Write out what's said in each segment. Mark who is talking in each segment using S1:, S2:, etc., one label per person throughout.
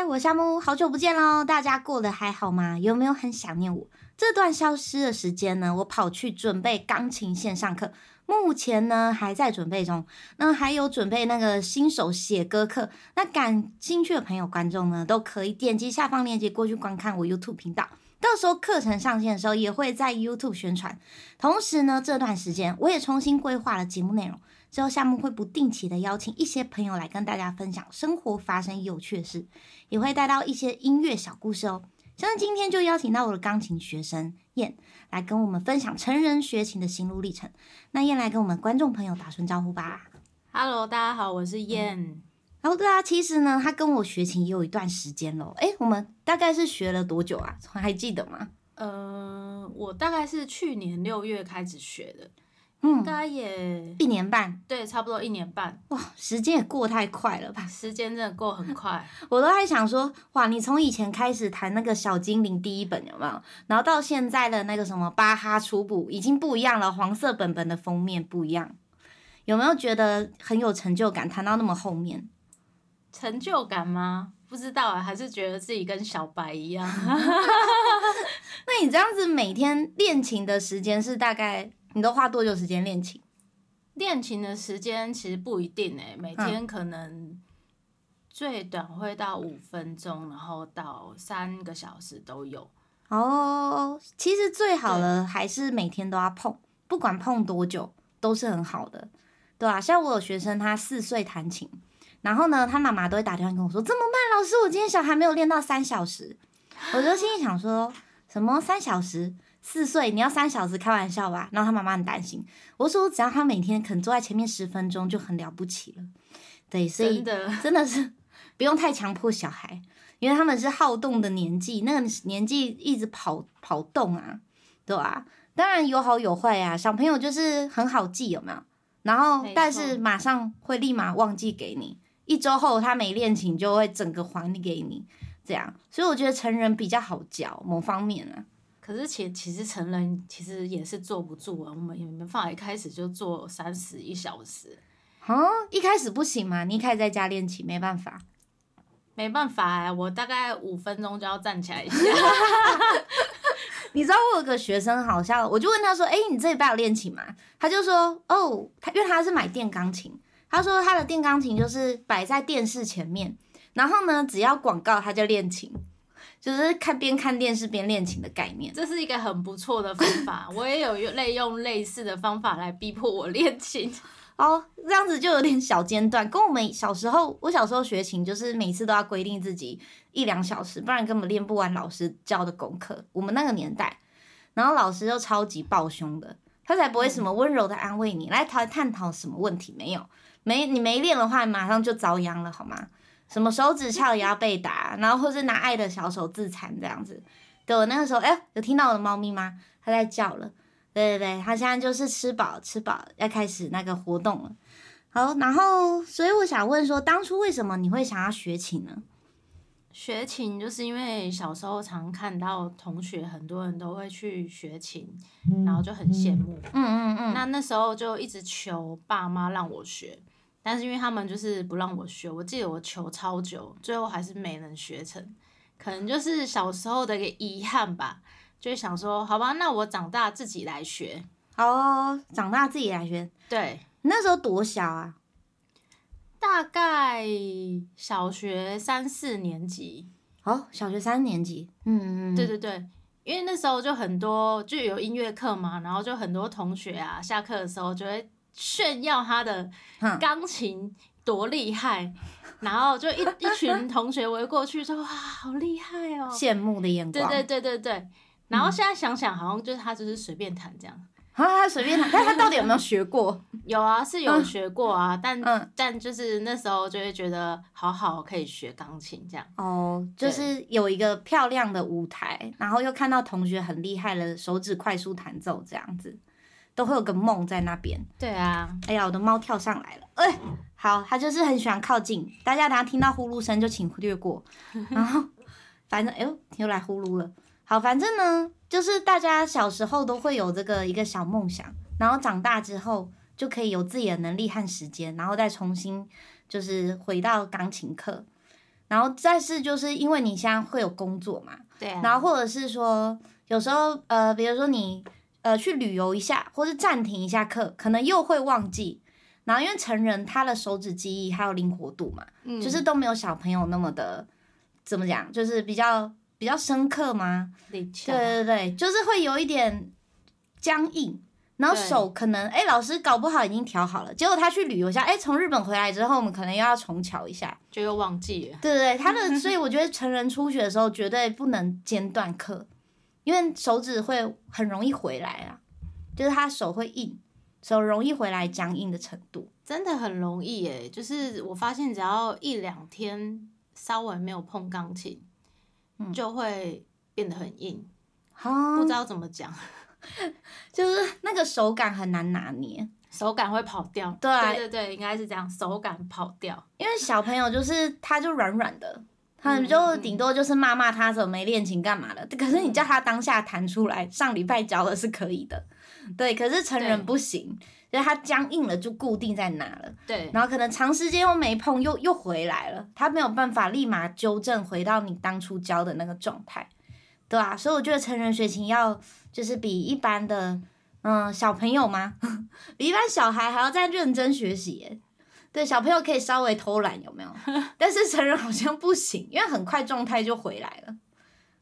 S1: 哎我夏木，好久不见喽！大家过得还好吗？有没有很想念我？这段消失的时间呢，我跑去准备钢琴线上课，目前呢还在准备中。那还有准备那个新手写歌课，那感兴趣的朋友观众呢，都可以点击下方链接过去观看我 YouTube 频道。到时候课程上线的时候，也会在 YouTube 宣传。同时呢，这段时间我也重新规划了节目内容。之后，夏木会不定期的邀请一些朋友来跟大家分享生活发生有趣的事，也会带到一些音乐小故事哦。像是今天就邀请到我的钢琴学生燕来跟我们分享成人学琴的心路历程。那燕来跟我们观众朋友打声招呼吧。
S2: Hello，大家好，我
S1: 嗯
S2: 是燕。
S1: 然后对啊，其实呢，他跟我学琴也有一段时间喽。诶，我们大概是学了多久啊？还记得吗？
S2: 嗯、呃，我大概是去年六月开始学的，应
S1: 嗯，
S2: 该也
S1: 一年半，
S2: 对，差不多一年半，
S1: 哇，时间也过太快了吧！
S2: 时间真的过很快。
S1: 我都在想说，哇，你从以前开始弹那个小精灵第一本有没有？然后到现在的那个什么巴哈初步已经不一样了，黄色本本的封面不一样，有没有觉得很有成就感？弹到那么后面，
S2: 成就感吗？不知道啊，还是觉得自己跟小白一样。
S1: 那你这样子每天练琴的时间是大概你都花多久时间练琴？
S2: 练琴的时间其实不一定诶、
S1: 嗯
S2: 每天可能最短会到五分钟，然后到三个小时都有。
S1: 哦，其实最好的还是每天都要碰，不管碰多久都是很好的，对啊，像我有学生，他四岁弹琴，然后呢，他妈妈都会打电话跟我说：“怎么办，老师，我今天小孩没有练到三小时。”我就心里想说：“什么三小时？四岁你要三小时开玩笑吧？”然后他妈妈很担心，我说：“只要他每天肯坐在前面十分钟就很了不起了。”对，所以
S2: 真的，
S1: 真的是不用太强迫小孩，因为他们是好动的年纪，那个年纪一直跑跑动啊，对吧、当然有好有坏啊，小朋友就是很好记，有没有？然后
S2: 没错
S1: 但是马上会立马忘记给你，一周后他没练琴就会整个还给你，这样。所以我觉得成人比较好教某方面啊，
S2: 可是其其实成人其实也是坐不住啊，我们也没办法一开始就坐三十一小时。嗯
S1: 哦，一开始不行嘛，你一开始在家练琴没办法，
S2: 没办法哎、我大概五分钟就要站起来一下。
S1: 你知道我有个学生好像，我就问他说：“哎、你这礼拜有练琴吗？”他就说：“哦，他因为他是买电钢琴，他说他的电钢琴就是摆在电视前面，然后呢，只要广告他就练琴，就是看边看电视边练琴的概念。
S2: 这是一个很不错的方法，我也有用类用类似的方法来逼迫我练琴。
S1: 哦，这样子就有点小间断，跟我们小时候，我小时候学琴就是每次都要规定自己一两小时，不然根本练不完老师教的功课。我们那个年代，然后老师又超级暴凶的，他才不会什么温柔的安慰你，来讨探讨什么问题没有，没你没练的话，马上就遭殃了，好吗？什么手指翘也要被打，然后或是拿爱的小手自残这样子。对我那个时候，哎、有听到我的猫咪吗？它在叫了。对对对，它现在就是吃饱吃饱，要开始那个活动了。好，然后所以我想问说，当初为什么你会想要学琴呢？
S2: 学琴就是因为小时候常看到同学很多人都会去学琴，然后就很羡慕。
S1: 嗯嗯嗯，
S2: 那那时候就一直求爸妈让我学，但是因为他们就是不让我学，我记得我求超久，最后还是没能学成，可能就是小时候的一个遗憾吧。就想说，好吧，那我长大自己来学。
S1: 好哦，长大自己来学。
S2: 对，
S1: 你那时候多小啊？
S2: 大概小学三四年级，
S1: 哦，小学三年级。嗯嗯，嗯
S2: 对，对对，因为那时候就很多就有音乐课嘛，然后就很多同学啊，下课的时候就会炫耀他的
S1: 哼
S2: 钢琴多厉 害，然后就一一群同学围过去说哇，好厉害 哦！
S1: 羡慕的眼
S2: 对
S1: 光。
S2: 对对对对，然后现在想想，好像就是他就是随便弹这样。
S1: 啊，他随便弹，但他到底有没有学 过？
S2: 有啊，是有学过啊，但、
S1: 嗯
S2: 但就是那时候就会觉得好好可以学钢琴这样。
S1: 哦，就是有一个漂亮的舞台，然后又看到同学很厉害的手指快速弹奏，这样子都会有个梦在那边。
S2: 对啊，
S1: 哎呀，我的猫跳上来了，哎、好，它就是很喜欢靠近。大家等下听到呼噜声就请略过。然后，反正哎呦，又来呼噜了。好，反正呢，就是大家小时候都会有这个一个小梦想，然后长大之后就可以有自己的能力和时间，然后再重新就是回到钢琴课。然后再是就是因为你现在会有工作嘛，
S2: 对啊，
S1: 然后或者是说有时候呃，比如说你呃去旅游一下，或是暂停一下课，可能又会忘记。然后因为成人他的手指记忆还有灵活度嘛，
S2: 嗯
S1: 就是都没有小朋友那么的怎么讲，就是比较比较深刻吗？
S2: 力气
S1: 对对对，就是会有一点僵硬，然后
S2: 对
S1: 手可能哎、老师搞不好已经调好了，结果他去旅游一下，哎、从日本回来之后，我们可能又要重调一下。
S2: 就又忘记了。
S1: 对对对，他的 所以我觉得成人初学的时候绝对不能间断课，因为手指会很容易回来啊，就是他手会硬，手容易回来僵硬的程度。
S2: 真的很容易耶、就是我发现只要一两天稍微没有碰钢琴，
S1: 嗯
S2: 就会变得很硬，
S1: 好、
S2: 不知道怎么讲，
S1: 就是那个手感很难拿捏，
S2: 手感会跑掉。
S1: 对啊
S2: 对对对，应该是这样，手感跑掉。
S1: 因为小朋友就是他就软软的，他
S2: 嗯
S1: 们就顶多就是骂骂他怎么没练琴干嘛的。可是你叫他当下弹出来，上礼拜教的是可以的，对。可是成人
S2: 对
S1: 不行，就是他僵硬了就固定在那了，
S2: 对，
S1: 然后可能长时间又没碰，又又回来了，他没有办法立马纠正回到你当初教的那个状态，对啊，所以我觉得成人学琴要就是比一般的嗯小朋友吗？ 比一般小孩还要再认真学习耶。对，小朋友可以稍微偷懒，有没 有？但是成人好像不行，因为很快状态就回来了。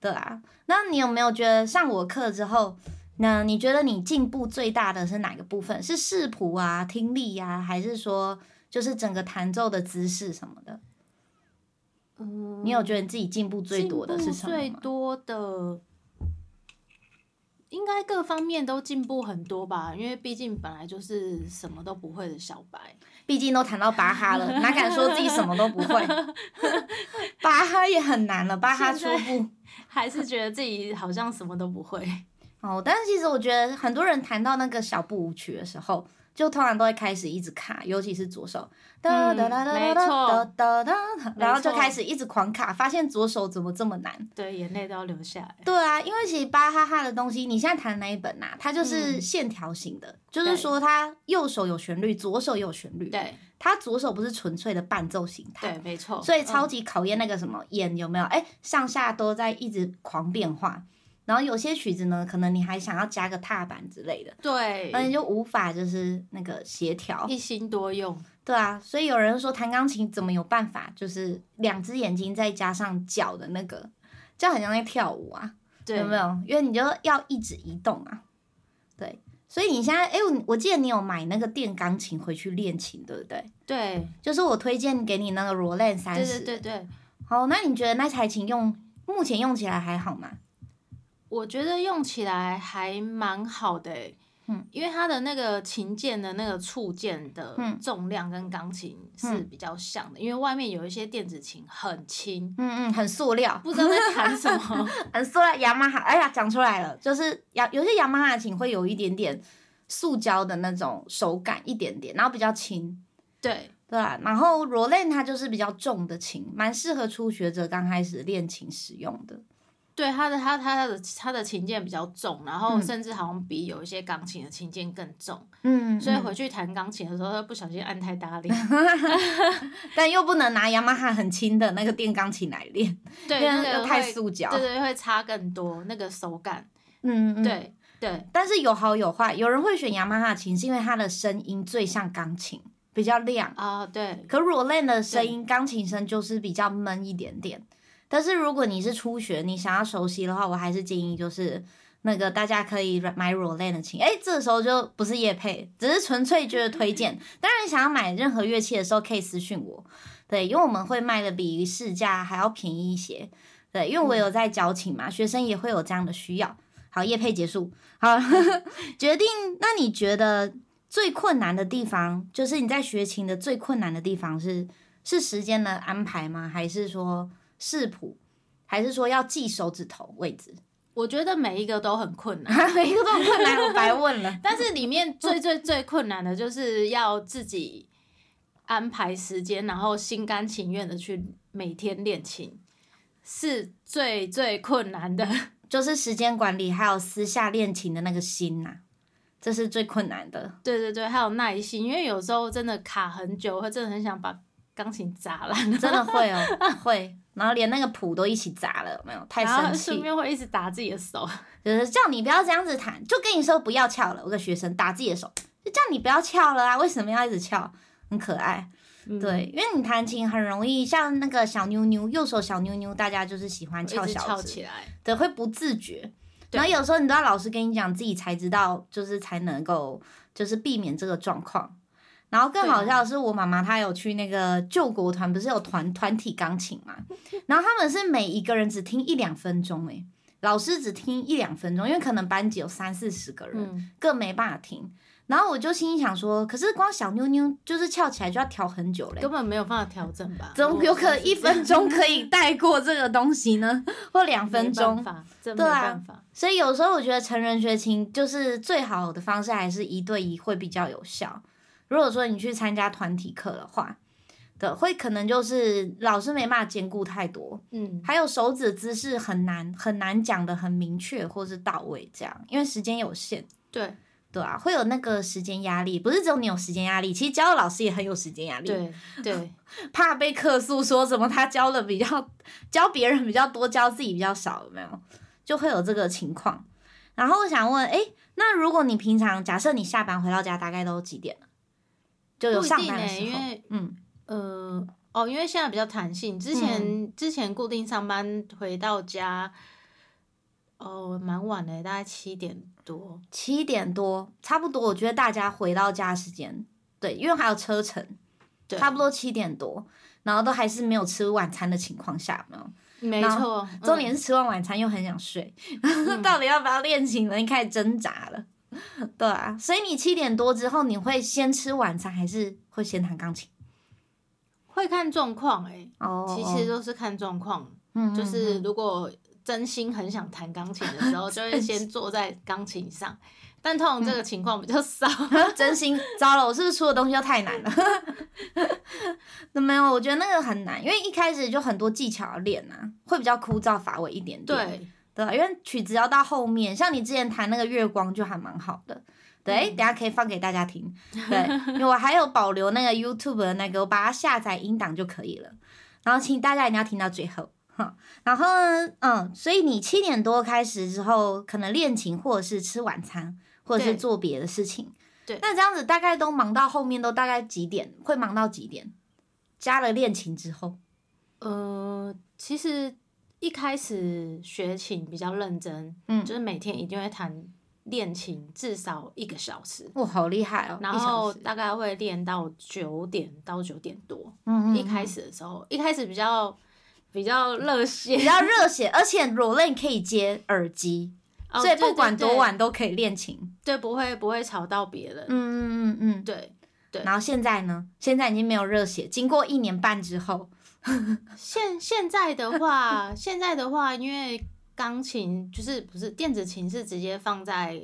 S1: 对啊，那你有没有觉得上我课之后，那你觉得你进步最大的是哪个部分？是视谱啊、听力呀、还是说就是整个弹奏的姿势什么的？
S2: 嗯
S1: 你有觉得你自己进步最多的是什
S2: 进步
S1: 么
S2: 最
S1: 吗？
S2: 多的。应该各方面都进步很多吧，因为毕竟本来就是什么都不会的小白，
S1: 毕竟都弹到巴哈了，哪敢说自己什么都不会？巴哈也很难了，巴哈初步。
S2: 还是觉得自己好像什么都不会。
S1: 哦，但是其实我觉得很多人弹到那个小步舞曲的时候，就通常都会开始一直卡，尤其是左手，哒
S2: 嗯
S1: 哒哒哒
S2: 没
S1: 哒
S2: 错
S1: 哒哒哒，然后就
S2: 没错
S1: 开始一直狂卡，发现左手怎么这么难？
S2: 对，眼泪都要流下来。
S1: 对啊，因为其实巴哈哈的东西，你现在弹的那一本呐、它就是线条型的，就是
S2: 嗯对
S1: 说它右手有旋律，左手也有旋律，
S2: 对
S1: 它左手不是纯粹的伴奏形态，
S2: 对，没错。
S1: 所以超
S2: 嗯
S1: 级考验那个什么眼有没有，哎、上下都在一直狂变化。然后有些曲子呢，可能你还想要加个踏板之类的，那
S2: 对，
S1: 你就无法就是那个协调，
S2: 一心多用。
S1: 对啊。所以有人说弹钢琴怎么有办法，就是两只眼睛再加上脚的那个，这样很像在跳舞啊，
S2: 对，
S1: 有没有？因为你就要一直移动啊，对。所以你现在，哎、我我记得你有买那个电钢琴回去练琴，对不对？
S2: 对，
S1: 就是我推荐给你那个 Roland 三
S2: 对
S1: 十，
S2: 对对对，
S1: 好，那你觉得那台琴用目前用起来还好吗？
S2: 我觉得用起来还蛮好的、欸。
S1: 嗯，
S2: 因为它的那个琴键的那个触键的
S1: 嗯
S2: 重量跟钢琴是比较像的，因为外面有一些电子琴很轻，
S1: 嗯嗯，很塑料，
S2: 不知道在弹什 么。
S1: 很塑料。雅马哈，哎呀，讲出来了，就是雅有些雅马哈的琴会有一点点塑胶的那种手感，一点点，然后比较轻，
S2: 对，
S1: 对啊。然后罗兰它就是比较重的琴，蛮适合初学者刚开始练琴使用的。
S2: 对，它的它它的它的琴键比较重，然后
S1: 嗯
S2: 甚至好像比有一些钢琴的琴键更重，
S1: 嗯，
S2: 所以
S1: 嗯
S2: 回去弹钢琴的时候，不小心按太大力。
S1: 但又不能拿雅马哈很轻的那个电钢琴来练，
S2: 对，
S1: 因为
S2: 那
S1: 那
S2: 个
S1: 个太
S2: 会
S1: 塑胶。
S2: 对对，会差更多那个手感。
S1: 嗯，嗯嗯
S2: 对对
S1: 但是有好有坏，有人会选雅马哈琴，是因为它的声音最像钢琴，比较亮。
S2: 啊，对
S1: 可 Roland 的声音，钢琴声就是比较闷一点点。但是如果你是初学，你想要熟悉的话，我还是建议就是那个大家可以买 Roland 的琴。哎，这时候就不是夜配，只是纯粹就是推
S2: 嗯
S1: 荐。当然，想要买任何乐器的时候，可以私信我。对，因为我们会卖的比市价还要便宜一些。对，因为
S2: 嗯
S1: 我有在教琴嘛，学生也会有这样的需要。好，夜配结束。好， 决定。那你觉得最困难的地方，就是你在学琴的最困难的地方是是时间的安排吗？还是说视谱？还是说要记手指头位置？
S2: 我觉得每一个都很困难，
S1: 啊，每一个都很困难，我白问了。
S2: 但是里面最最最困难的就是要自己安排时间，然后心甘情愿的去每天练琴，是最最困难的。
S1: 就是时间管理，还有私下练琴的那个心呐、这是最困难的。
S2: 对对对，还有耐心，因为有时候真的卡很久，会真的很想把钢琴砸烂 了，
S1: 真的会哦， 会。然后连那个谱都一起砸了，有没有？太
S2: 然
S1: 生
S2: 后
S1: 气
S2: 顺，便会一直打自己的手，
S1: 就是叫你不要这样子弹，就跟你说不要翘了。我跟学生打自己的手，就叫你不要翘了啊！为什么要一直翘？很可爱，
S2: 嗯，
S1: 对，因为你弹琴很容易，像那个小妞妞，右手小妞妞，大家就是喜欢
S2: 一
S1: 翘
S2: 直
S1: 小
S2: 翘
S1: 指，
S2: 起来，
S1: 对，会不自觉。
S2: 对
S1: 然后有时候你都要老师跟你讲，自己才知道，就是才能够就是避免这个状况。然后更
S2: 对啊
S1: 好笑的是，我妈妈她有去那个救国团，不是有团团体钢琴 嘛？然后他们是每一个人只听一两分钟、欸，老师只听一两分钟，因为可能班级有三四十个人，
S2: 嗯，
S1: 更没办法听。然后我就心里想说，可是光小妞妞就是翘起来就要调很久嘞、
S2: 根本没有办法调整 吧？
S1: 怎么有可能一分钟可
S2: 以
S1: 以带过这个东西呢？ 或两分钟？？
S2: 真没
S1: 对啊
S2: 办法，
S1: 所以有时候我觉得成人学琴就是最好的方式，还是一对一会比较有效。如果说你去参加团体课的话，对，会可能就是老师没办法兼顾太多，
S2: 嗯，
S1: 还有手指姿势很难很难讲的很明确或是到位，这样因为时间有限，
S2: 对
S1: 对啊，会有那个时间压力，不是只有你有时间压力，其实教老师也很有时间压力，
S2: 对对，
S1: 怕被客诉说什么他教的比较教别人比较多，教自己比较少，有没有？就会有这个情况。然后我想问，诶，那如果你平常假设你下班回到家大概都几点了？就 有
S2: 不一
S1: 上
S2: 定
S1: 班的
S2: 欸
S1: 时
S2: 因
S1: 候，
S2: 为
S1: 嗯，
S2: 呃，哦，因为现在比较弹性，之前、
S1: 嗯
S2: 之前固定上班回到家，哦，蛮晚的，大概七点多。
S1: 七点多差不多，我觉得大家回到家时间，对，因为还有车程，
S2: 对，
S1: 差不多七点多，然后都还是没有吃晚餐的情况下，有没有？
S2: 没
S1: 然
S2: 错。嗯
S1: 重点是吃完晚餐又很想睡，到底要不要练琴了？你开始挣扎了，对啊，所以你七点多之后，你会先吃晚餐，还是会先弹钢琴？
S2: 嗯、会看状况哎，
S1: 哦，
S2: 其实都是看状况，
S1: 嗯
S2: 就是如果真心很想弹钢琴的时 候，就会先坐在钢琴上，但通常这个情况比 较少。
S1: 真心糟了，我是不是出的东西又太难了？ 那没有，我觉得那个很难，因为一开始就很多技巧要练啊，会比较枯燥乏味一点点。
S2: 对，
S1: 对啊，因为曲子要到后面，像你之前弹那个月光就还蛮好的。对，
S2: 嗯
S1: 诶等一下可以放给大家听。对，因为我还有保留那个 YouTube 的那个，我把它下载音档就可以了。然后请大家一定要听到最后。哼然后呢，嗯，所以你七点多开始之后，可能练琴或者是吃晚餐，或者是
S2: 对
S1: 做别的事情。
S2: 对
S1: 那这样子大概都忙到后面都大概几点？会忙到几点？加了练琴之后，
S2: 呃，其实一开始学琴比较认真，
S1: 嗯
S2: 就是每天一定会弹练琴至少一个小时，
S1: 哇，好厉害哦！
S2: 然
S1: 一小
S2: 后
S1: 时
S2: 大概会练到九点到九点多。
S1: 嗯嗯
S2: 一开始的时候，一开始比较比较热血，
S1: 比较热血，而且裸类可以接耳机，
S2: 哦
S1: 所以
S2: 对
S1: 不管
S2: 对对
S1: 多晚都可以练琴。
S2: 对，不会不会吵到别人。
S1: 嗯嗯嗯
S2: 对，
S1: 嗯。然后现在呢？现在已经没有热血，经过一年半之后，
S2: 现现在的话，现在的话，因为钢琴就是不是电子琴是直接放在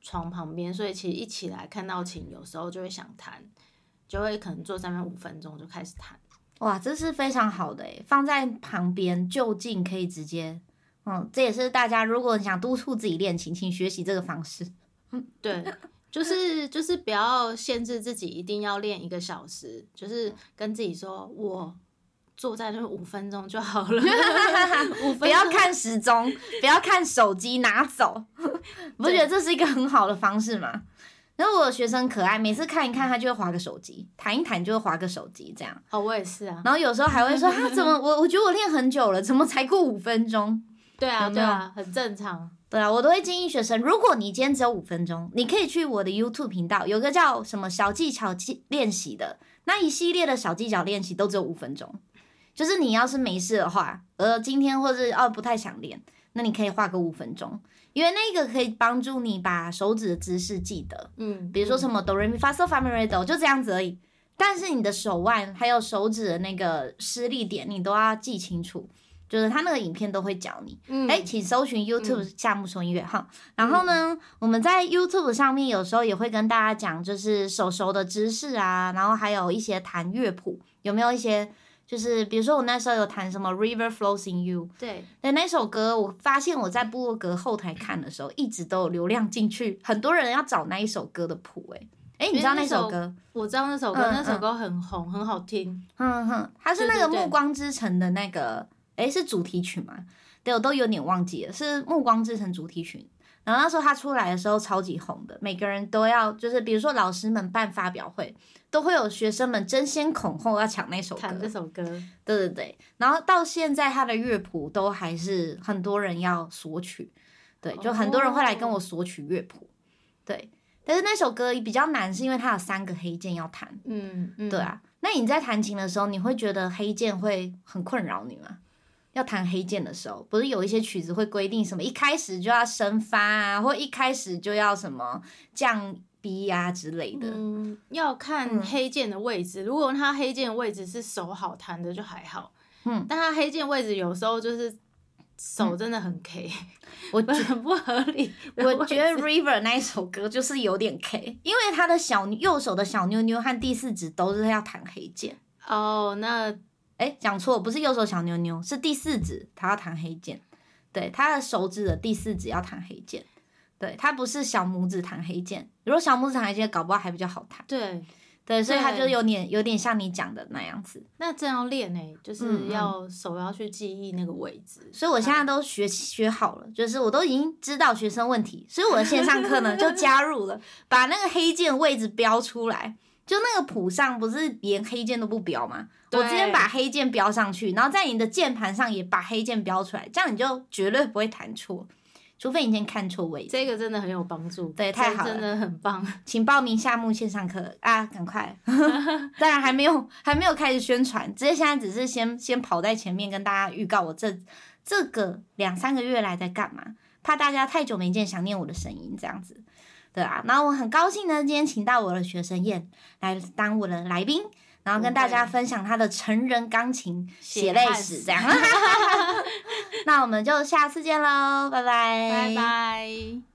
S2: 床旁边，所以其实一起来看到琴，有时候就会想弹，就会可能坐上面五分钟就开始弹。
S1: 哇，这是非常好的诶，放在旁边就近可以直接。嗯，这也是大家如果你想督促自己练琴，请学习这个方式。
S2: 对，就是就是不要限制自己一定要练一个小时，就是跟自己说，我坐在那五分钟就好 了，五
S1: 不
S2: 分
S1: 要
S2: 钟
S1: 看时钟，不要看手机，拿走。 你不觉得这是一个很好的方式吗？然后我有学生可爱，每次看一看他就会划个手机，弹一弹就会划个手机，这样。
S2: 哦，我也是啊，
S1: 然后有时候还会说，啊，怎么我我觉得我练很久了，怎么才过五分钟？
S2: 对啊，
S1: 有没
S2: 对
S1: 有
S2: 啊，很正常。
S1: 对啊，我都会建议学生，如果你今天只有五分钟，你可以去我的 YouTube 频道，有个叫什么小技巧技练习的，那一系列的小技巧练习都只有五分钟。就是你要是没事的话，呃，今天或是哦不太想练，那你可以画个五分钟，因为那个可以帮助你把手指的姿势记得，
S2: 嗯，
S1: 比如说什
S2: 么，
S1: 么哆瑞咪发嗦发咪瑞哆，就这样子而已。但是你的手腕还有手指的那个施力点，你都要记清楚。就是他那个影片都会教你，
S2: 嗯，
S1: 哎、请搜寻 YouTube 夏木说音乐哈。然后呢，我们在 YouTube 上面有时候也会跟大家讲，就是手熟的知识啊，然后还有一些弹乐谱，有没有一些就是比如说我那时候有弹什么 River Flows in You，
S2: 对，
S1: 对那首歌，我发现我在部落格后台看的时候，一直都有流量进去，很多人要找那一首歌的谱、欸，哎、你知道那首歌？
S2: 我知道那首歌，
S1: 嗯
S2: 那首
S1: 嗯
S2: 歌很红，很好听。
S1: 嗯哼，它是那个《
S2: 对对对
S1: 暮光之城》的那个，哎、是主题曲吗？对，我都有点忘记了，是《暮光之城》主题曲。然后那时候它出来的时候超级红的，每个人都要，就是比如说老师们办发表会，都会有学生们争先恐后要抢那首歌
S2: 弹。这首歌，
S1: 对对对，然后到现在他的乐谱都还是很多人要索取，对，就很多人会来跟我索取乐谱，对。但是那首歌比较难，是因为它有三个黑键要弹，
S2: 嗯嗯，
S1: 对，啊。那你在弹琴的时候，你会觉得黑键会很困扰你吗？要弹黑键的时候，不是有一些曲子会规定什么一开始就要升发啊，或一开始就要什么降 B 啊之类的，
S2: 嗯，要看黑键的位置。如果他黑键的位置是手好弹的，就还好。
S1: 嗯，
S2: 但他黑键位置有时候就是手真的很 K，、
S1: 我
S2: 不很不合理的位置。
S1: 我觉得 River 那一首歌就是有点 K，因为他的小右手的小妞妞和第四指都是要弹黑键。
S2: 哦，那
S1: 哎，讲错，不是右手小妞妞，是第四指，他要弹黑键。对，他的手指的第四指要弹黑键。对，他不是小拇指弹黑键。如果小拇指弹黑键，搞不好还比较好弹。
S2: 对，
S1: 对，所以他就
S2: 对
S1: 有点有点像你讲的那样子。
S2: 那真要练呢、就
S1: 嗯嗯
S2: 是要手要去记忆那个位置。
S1: 所以我现在都学学好了，就是我都已经知道学生问题，所以我的线上课呢就加入了，把那个黑键位置标出来。就那个谱上不是连黑键都不标吗？我
S2: 对
S1: 之前把黑键标上去，然后在你的键盘上也把黑键标出来，这样你就绝对不会弹错，除非你今天看错位置。
S2: 这个真的很有帮助，
S1: 对太好了
S2: 这真的很棒。
S1: 请报名夏目线上课啊，赶 快！当然还没有还没有开始宣传，只是现在只是先先跑在前面跟大家预告我这这个两三个月来在干嘛，怕大家太久没见想念我的声音这样子，对啊。然后我很高兴呢，今天请到我的学生燕来当我的来宾。然后跟大家分享他的成人钢琴血泪史，这样。 那我们就下次见喽，拜拜，
S2: 拜拜。